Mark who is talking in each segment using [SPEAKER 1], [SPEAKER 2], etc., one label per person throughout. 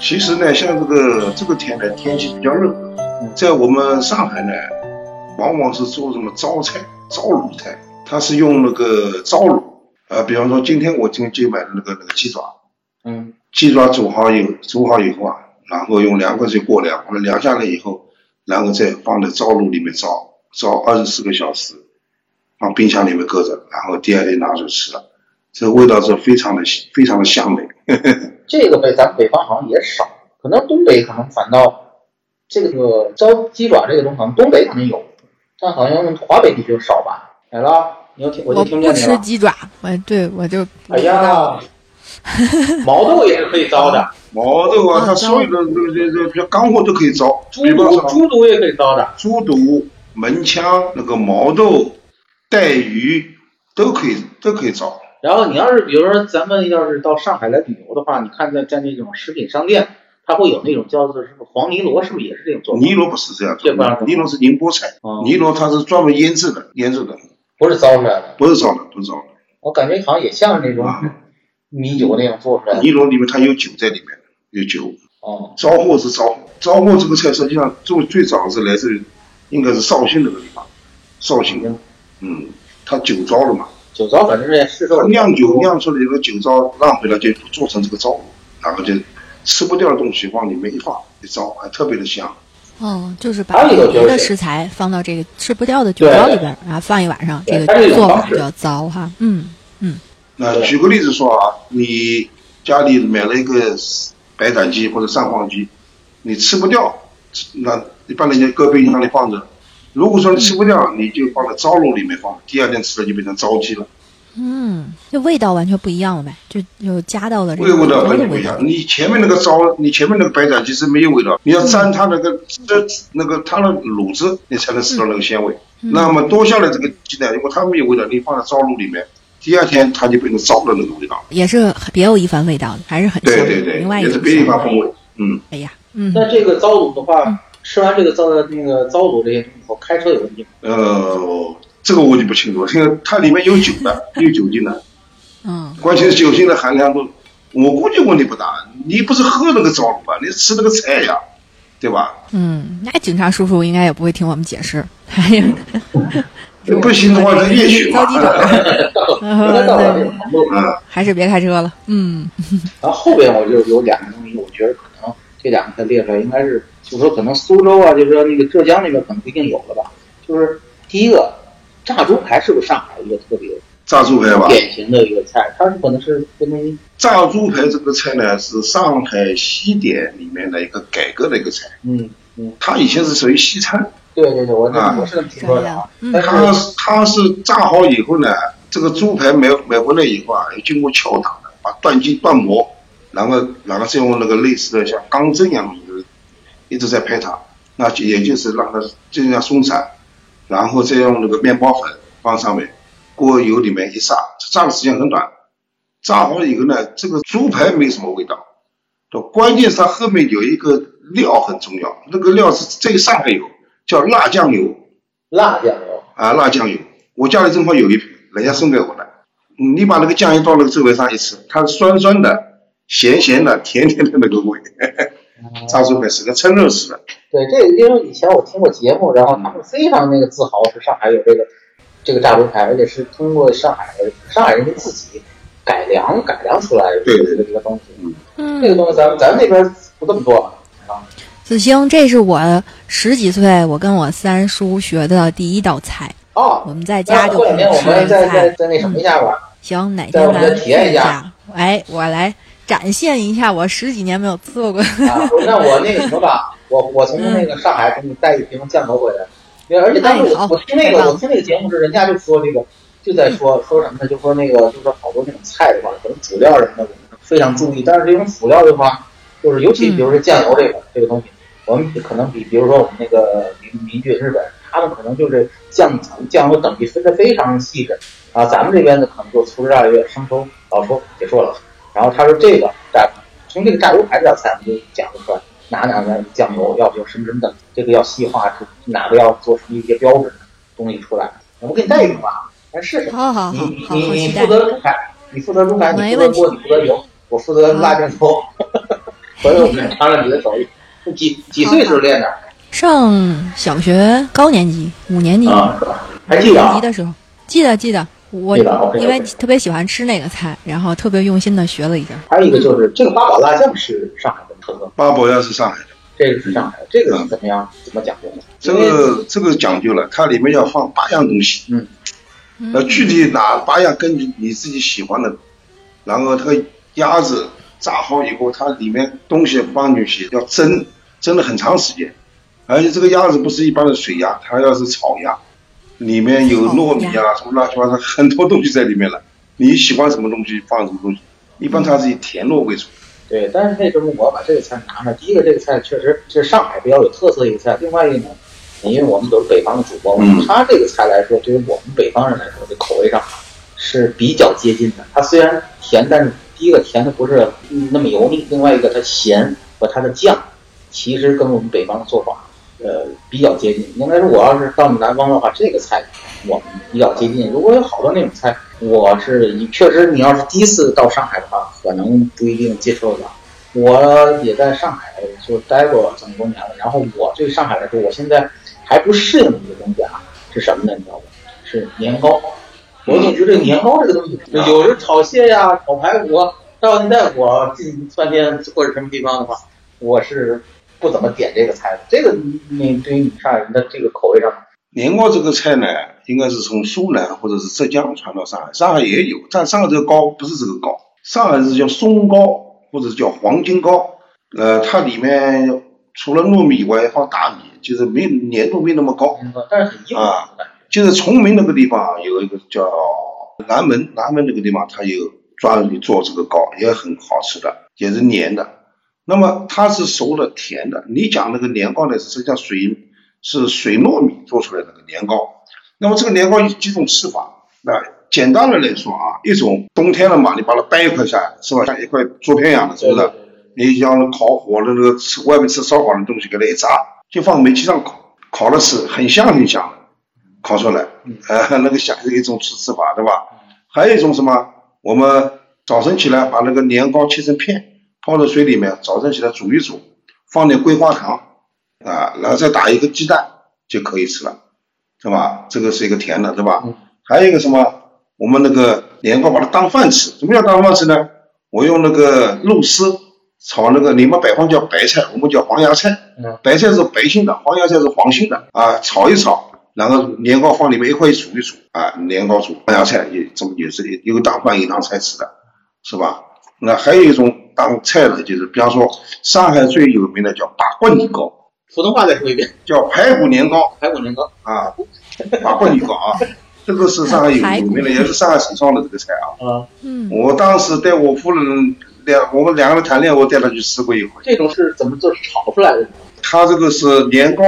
[SPEAKER 1] 其实呢，像这个这个天呢，天气比较热，在我们上海呢，往往是做什么糟菜、糟卤菜，它是用那个糟卤，呃，比方说今天我今天就买的那个那个鸡爪，
[SPEAKER 2] 嗯
[SPEAKER 1] 鸡爪煮好以煮好以后啊，然后用凉快水过凉，过了凉下来以后，然后再放在糟卤里面糟糟二十四个小时，放冰箱里面搁着，然后第二天拿出来吃了，这个味道是非常的非常的香美。，
[SPEAKER 2] 这个北咱们北方好像也少，可能东北可能反倒这个糟鸡爪这个东西，可能东北肯定有，但好像华北地区少吧。来了，你又听我就
[SPEAKER 3] 我
[SPEAKER 2] 听见
[SPEAKER 3] 不
[SPEAKER 2] 你
[SPEAKER 3] 吃
[SPEAKER 2] 了。
[SPEAKER 3] 鸡爪，我对我就
[SPEAKER 2] 哎呀， 毛豆也是可以糟的，
[SPEAKER 1] 毛豆啊，它所有的这个这个这个干货都可以糟，
[SPEAKER 2] 猪
[SPEAKER 1] 比方
[SPEAKER 2] 肚啊
[SPEAKER 1] 说
[SPEAKER 2] 猪肚也可以糟的。
[SPEAKER 1] 猪肚、门腔、那个毛豆、带鱼都可以都可以糟。
[SPEAKER 2] 然后你要是比如说咱们要是到上海来旅游的话，你看在在那种食品商店，它会有那种叫做什么黄泥螺，是不是也是这种做法？
[SPEAKER 1] 泥螺不是这样做
[SPEAKER 2] 这块
[SPEAKER 1] 的，
[SPEAKER 2] 儿
[SPEAKER 1] 泥螺是宁波菜，
[SPEAKER 2] 哦
[SPEAKER 1] 泥螺它是专门腌制的，腌制的
[SPEAKER 2] 不是糟出来的，
[SPEAKER 1] 不是糟的，不是糟的。
[SPEAKER 2] 我感觉好像也像那种
[SPEAKER 1] 啊
[SPEAKER 2] 米酒那种做出来的。
[SPEAKER 1] 泥螺里面它有酒在里面，有酒。
[SPEAKER 2] 哦，
[SPEAKER 1] 糟货是糟货，糟货这个菜实际上最最早是来自于，应该是绍兴那个地方，绍兴，嗯，它酒糟了嘛，
[SPEAKER 2] 酒糟反正是市售的
[SPEAKER 1] 酿酒酿出来一个酒糟，浪回来就做成这个糟，然后就吃不掉的东西往里面一放，一糟还特别的香。
[SPEAKER 3] 哦，就是把
[SPEAKER 2] 还有一个就是
[SPEAKER 3] 别的食材放到这个吃不掉的酒糟里边儿，然后放一晚上，这
[SPEAKER 2] 对
[SPEAKER 3] 个
[SPEAKER 2] 还有一种
[SPEAKER 3] 做
[SPEAKER 2] 方
[SPEAKER 3] 法
[SPEAKER 2] 式
[SPEAKER 3] 比较糟哈。嗯，
[SPEAKER 1] 那
[SPEAKER 2] 对
[SPEAKER 1] 举个例子说啊，你家里买了一个白斩鸡或者扇黄鸡，你吃不掉，那一般人家搁冰箱里放着。如果说你吃不掉，你就放在糟卤里面放，第二天吃了就变成糟鸡了，
[SPEAKER 3] 嗯，这味道完全不一样了呗，就就加到了这
[SPEAKER 1] 味
[SPEAKER 3] 个
[SPEAKER 1] 味道
[SPEAKER 3] 火锅的
[SPEAKER 1] 完全不
[SPEAKER 3] 味
[SPEAKER 1] 一
[SPEAKER 3] 道
[SPEAKER 1] 样。。你前面那个糟，你前面那个白斩鸡是没有味道，你要沾它那个这那个它的卤汁，你才能吃到那个鲜味。那么多下来这个鸡蛋，如果它没有味道，你放在糟卤里面，第二天它就变成糟的那个味道。
[SPEAKER 3] 也是很别有一番味道的，还是很
[SPEAKER 1] 对
[SPEAKER 3] 香的
[SPEAKER 1] 对对
[SPEAKER 3] 另外，一
[SPEAKER 1] 也
[SPEAKER 3] 种
[SPEAKER 1] 是别有一番
[SPEAKER 3] 香
[SPEAKER 1] 风味。嗯。
[SPEAKER 3] 哎呀，嗯，
[SPEAKER 2] 那这个糟卤的
[SPEAKER 3] 嗯
[SPEAKER 2] 话，吃完这个糟的那个糟卤这些东西以后，开车有问题吗？
[SPEAKER 1] 呃，这个我就不清楚，因为它里面有酒的，有酒精的，
[SPEAKER 3] 嗯，
[SPEAKER 1] 关键是酒精的含量都，我估计问题不大。你不是喝那个糟卤吧？你吃那个菜呀，对吧？
[SPEAKER 3] 嗯，那警察叔叔应该也不会听我们解释。哎呀，
[SPEAKER 1] 不行的话，那验血嘛
[SPEAKER 3] 糟。鸡爪，
[SPEAKER 2] 应该到了这个
[SPEAKER 3] 嗯
[SPEAKER 2] 程度。
[SPEAKER 1] 嗯，
[SPEAKER 3] 还是别开车了。嗯，
[SPEAKER 2] 然后后边我就有两个东西，我觉得可能这两个列出来应该是，就说可能苏州啊，就是说那个浙江那边可能不一定有了吧。就是第一个炸猪排是不是上海一个特别
[SPEAKER 1] 炸猪排吧，
[SPEAKER 2] 典型的一个菜？它是可能是跟那
[SPEAKER 1] 炸猪排这个菜呢是上海西点里面的一个改革的一个菜，
[SPEAKER 2] 嗯，
[SPEAKER 1] 它以前是属于西餐，
[SPEAKER 2] 对对对，我
[SPEAKER 1] 啊
[SPEAKER 2] 那我是这么听说的啊。
[SPEAKER 3] 嗯
[SPEAKER 2] 但是
[SPEAKER 1] 它它是炸好以后呢，这个猪排买买回来以后啊，要经过敲打的，把断筋断膜，然后然后再用那个类似的像钢针一样的东西一直在拍它，那就也就是让它尽量松散，然后再用那个面包粉放上面，锅油里面一炸，炸的时间很短，炸好了以后呢，这个猪排没什么味道，对，关键是它后面有一个料很重要，那个料是这个上海有叫辣酱油。
[SPEAKER 2] 辣酱油，
[SPEAKER 1] 啊，辣酱油，我家里正好有一瓶，人家送给我的。嗯你把那个酱油到那个周围上一吃，它是酸酸的、咸咸的、甜甜的那个味。 炸猪排是个趁热吃的，
[SPEAKER 2] 对，这个因为以前我听过节目，然后他
[SPEAKER 3] 嗯
[SPEAKER 2] 们非常那个自豪，是上海有这个这个炸猪排，而且是通过上海上海人民自己改良改良出来的
[SPEAKER 1] 对
[SPEAKER 2] 这
[SPEAKER 1] 对
[SPEAKER 2] 个这个东西。这
[SPEAKER 3] 嗯，
[SPEAKER 2] 个东西咱们咱们那边不这么做吧？
[SPEAKER 3] 子星，这是我十几岁，我跟我三叔学的第一道菜，
[SPEAKER 2] 哦，
[SPEAKER 3] 我们在
[SPEAKER 2] 那
[SPEAKER 3] 家就
[SPEAKER 2] 过两
[SPEAKER 3] 可以
[SPEAKER 2] 天我
[SPEAKER 3] 吃这
[SPEAKER 2] 们再
[SPEAKER 3] 个
[SPEAKER 2] 再
[SPEAKER 3] 菜。
[SPEAKER 2] 再那什么一下 吧。
[SPEAKER 3] 行，哪天咱试一下？哎，我来展现一下我十几年没有做过。
[SPEAKER 2] 啊，我那我那个什么吧，我我从那
[SPEAKER 3] 嗯
[SPEAKER 2] 个上海给你带一瓶酱油回来。对，而且当时
[SPEAKER 3] 哎好
[SPEAKER 2] 我我听那
[SPEAKER 3] 太
[SPEAKER 2] 个
[SPEAKER 3] 棒了
[SPEAKER 2] 我听那个节目是人家就说这个就在说说什么呢？就说那个就说好多那种菜的话，可能主料
[SPEAKER 3] 嗯
[SPEAKER 2] 什么的我们非常注意，但是这种辅料的话，就是尤其比如说酱油这个这个东西，我们可能比比如说我们那个邻邻居日本，他们可能就是酱酱油等级分的非常细致啊，咱们这边呢可能就粗制大约生抽、老抽、别说了。然后他说这个炸，从这个炸猪排这道菜我们就讲得出来，哪哪哪酱油要不要什么什么的，这个要细化，哪个要做出一些标准的东西出来。我给你带一个吧，咱试试。
[SPEAKER 3] 好好好，
[SPEAKER 2] 你
[SPEAKER 3] 好
[SPEAKER 2] 你
[SPEAKER 3] 好
[SPEAKER 2] 你
[SPEAKER 3] 期
[SPEAKER 2] 负
[SPEAKER 3] 待。
[SPEAKER 2] 责猪排，你负责猪排，你
[SPEAKER 3] 没
[SPEAKER 2] 负责
[SPEAKER 3] 问题
[SPEAKER 2] 锅，你负责油，我负责拉酱 油。所以我们尝尝你的手艺。几几岁时候练的？
[SPEAKER 3] 上小学高年级五年级、
[SPEAKER 2] 啊，是吧？还记
[SPEAKER 3] 五
[SPEAKER 2] 得
[SPEAKER 3] 年
[SPEAKER 2] 啊
[SPEAKER 3] 级？的时候，记得记得。我
[SPEAKER 2] 记得，OK，OK
[SPEAKER 3] 因为特别喜欢吃那个菜，然后特别用心的学了一阵儿。
[SPEAKER 2] 还有一个就是这个八宝辣酱是上海的特色，
[SPEAKER 1] 八宝鸭是上海的，
[SPEAKER 2] 这个是上海的，这个怎么样？怎么讲究呢？
[SPEAKER 1] 这个这个讲究了，它里面要放八样东西。那
[SPEAKER 3] 嗯，
[SPEAKER 1] 具体哪八样根据你自己喜欢的，然后它鸭子炸好以后，它里面东西放进去要蒸，蒸了很长时间，而且这个鸭子不是一般的水鸭，它要是炒鸭，里面有糯米
[SPEAKER 3] 炒
[SPEAKER 1] 啊什么乱七八糟很多东西在里面了，你喜欢什么东西放什么东西，一般它是以甜糯为主。
[SPEAKER 2] 对，但是为什么我把这个菜拿出来？第一个，这个菜确实是上海比较有特色的一个菜；另外一个呢，因为我们都是北方的主播，
[SPEAKER 1] 嗯
[SPEAKER 2] 它这个菜来说，对于我们北方人来说，这口味上啊是比较接近的。它虽然甜，但是第一个甜的不是嗯那么油腻，另外一个它咸和它的酱，其实跟我们北方的做法呃比较接近。应该说，我要是到南方的话，这个菜我们比较接近。如果有好多那种菜，我是以确实，你要是第一次到上海的话，可能不一定接触得到。我也在上海就待过这么多年了，然后我对上海来说，我现在还不适应一个东西啊，是什么呢？你知道吗？是年糕。我总觉得年糕这个东西，有时候炒蟹呀、炒排骨啊，到现在我进饭店或者什么地方的话，我是不怎么点这个菜的。这个你你对于你上海人的这个口味上，
[SPEAKER 1] 年糕这个菜呢，应该是从苏南或者是浙江传到上海，上海也有，但上海这个糕不是这个糕，上海是叫松糕或者叫黄金糕。呃，它里面除了糯米以外，放大米，就是没粘度没那么高。
[SPEAKER 2] 但是很硬
[SPEAKER 1] 啊
[SPEAKER 2] 的感觉。
[SPEAKER 1] 就是崇明那个地方有一个叫南门，南门那个地方它有专门做这个糕，也很好吃的，也是黏的。那么它是熟的、甜的。你讲那个年糕呢，实际上水是水糯米做出来的年糕。那么这个年糕有几种吃法？那简单的来说啊，一种冬天了嘛，你把它掰一块下来，是吧？像一块竹片一样的，是不是？你像那烤火的那个吃外面吃烧烤的东西，给它一炸，就放煤气上烤，烤了吃，很香很香的，烤出来，
[SPEAKER 2] 嗯
[SPEAKER 1] 呃， 那个香是一种吃吃法，对吧？还有一种什么，我们早晨起来把那个年糕切成片，泡在水里面，早晨起来煮一煮，放点桂花糖，啊，然后再打一个鸡蛋就可以吃了，对吧？这个是一个甜的，对吧？
[SPEAKER 2] 嗯
[SPEAKER 1] 还有一个什么，我们那个年糕把它当饭吃，什么叫当饭吃呢？我用那个肉丝炒那个，你们北方叫白菜，我们叫黄芽菜。
[SPEAKER 2] 嗯
[SPEAKER 1] 白菜是白心的，黄芽菜是黄心的啊，炒一炒，然后年糕放里面一块煮一煮啊，年糕煮黄芽菜也这么也是一个当饭一当菜吃的，是吧？那还有一种当菜的，就是比方说上海最有名的叫把棍年糕，
[SPEAKER 2] 普通话再说一遍，
[SPEAKER 1] 叫排骨年糕
[SPEAKER 2] 排骨年糕。
[SPEAKER 1] 啊，把棍年糕啊， 这个是上海有有名的，也是上海首创的这个菜啊。
[SPEAKER 2] 啊，
[SPEAKER 3] 嗯，
[SPEAKER 1] 我当时带我夫人两，我们两个人谈恋爱，我带她去吃过一回。
[SPEAKER 2] 这种是怎么做炒出来的？
[SPEAKER 1] 它这个是年糕，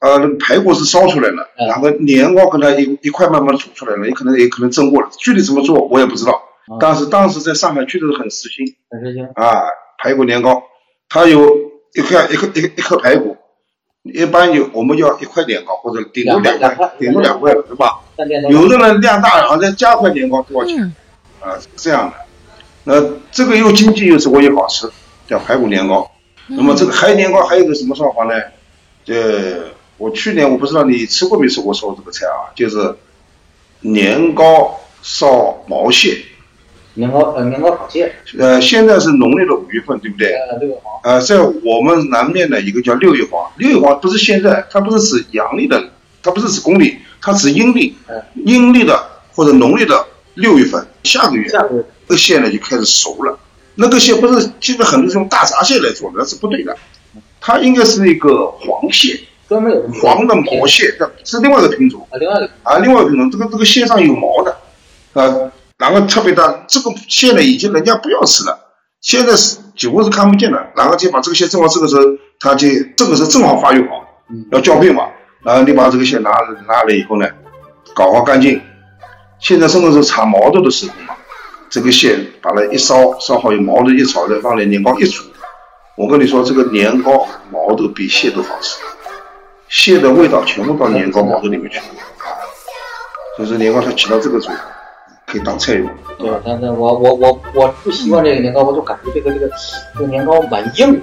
[SPEAKER 1] 呃，那个排骨是烧出来的，
[SPEAKER 2] 嗯
[SPEAKER 1] 然后年糕跟它一一块慢慢煮出来了，也可能也可能蒸过了，具体怎么做我也不知道
[SPEAKER 2] 嗯。
[SPEAKER 1] 但是当时在上海确实很时兴
[SPEAKER 2] 很吃惊。
[SPEAKER 1] 啊，排骨年糕，它有一块一块一个一颗排骨，一般有我们要一块年糕或者顶多
[SPEAKER 2] 两
[SPEAKER 1] 两
[SPEAKER 2] 块
[SPEAKER 1] 块顶
[SPEAKER 2] 两块，
[SPEAKER 1] 多两块对吧？
[SPEAKER 2] 饭店都
[SPEAKER 1] 有的人量大，好像加块年糕多少钱？
[SPEAKER 3] 嗯，
[SPEAKER 1] 啊，是这样的。那这个又经济又实惠又好吃，叫排骨年糕。那么这个海年糕还有一个什么做法呢？呃，我去年我不知道你吃过没吃过烧这个菜啊，就是年糕烧毛蟹。
[SPEAKER 2] 年糕呃年糕炒蟹，
[SPEAKER 1] 呃，现在是农历的五月份，对不对？
[SPEAKER 2] 呃这个好。
[SPEAKER 1] 呃，在我们南面呢，一个叫六月黄，六月黄不是现在，它不是指阳历的，它不是指公历，它指阴历
[SPEAKER 2] 嗯，
[SPEAKER 1] 阴历的或者农历的六月份，下个月。
[SPEAKER 2] 下个
[SPEAKER 1] 那个蟹呢就开始熟了。那个蟹不是现在很多是用大闸蟹来做的，那是不对的。它应该是一个黄蟹，
[SPEAKER 2] 专门有这么一个
[SPEAKER 1] 黄的毛蟹，这是另外一个品种
[SPEAKER 2] 啊，另外一个
[SPEAKER 1] 啊，另外一个品种。这个这个蟹上有毛的，啊，然后特别大。这个蟹呢，已经人家不要吃了，现在是几乎是看不见了。然后就把这个蟹正好这个时候它就这个是正好发育好，要交配嘛。然后你把这个线拿拿来以后呢，搞好干净。现在甚至是产毛豆的时候嘛，这个线把它一烧，烧好有毛豆一炒再放点年糕一煮。我跟你说，这个年糕毛豆比蟹都好吃，蟹的味道全部到年糕毛豆里面去了，所以说年糕它起到这个作用，可以当菜用。
[SPEAKER 2] 对，但但我我我我不习惯这个年糕，我就感觉这个这个这个年糕蛮硬。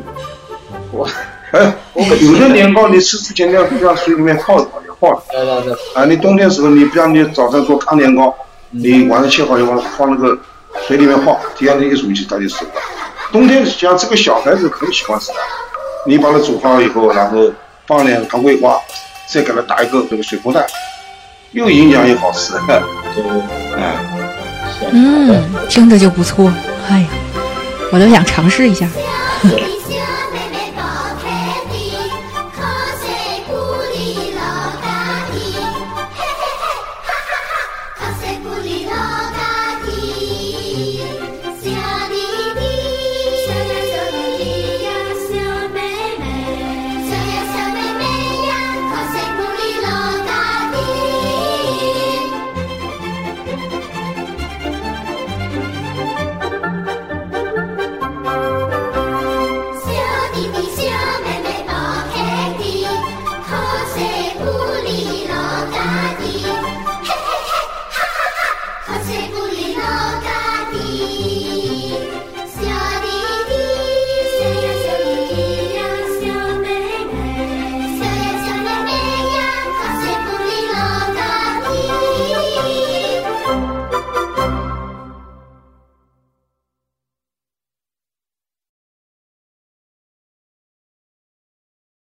[SPEAKER 2] 我
[SPEAKER 1] 哎，有的年糕你吃之前要要水里面泡一泡，要泡的
[SPEAKER 2] 要要要，
[SPEAKER 1] 啊。你冬天时候你不像你早上做糠年糕，
[SPEAKER 2] 嗯
[SPEAKER 1] 你晚上切好以后放那个水里面泡，第二天一煮就它就熟了。冬天像这个小孩子很喜欢吃的，你把它煮好以后，然后放点糖桂花，再给它打一个这个水波蛋，又营养又好吃。
[SPEAKER 2] 对对
[SPEAKER 1] 哎，
[SPEAKER 2] 对，
[SPEAKER 3] 嗯，听着就不错。哎呀，我都想尝试一下。
[SPEAKER 2] 对，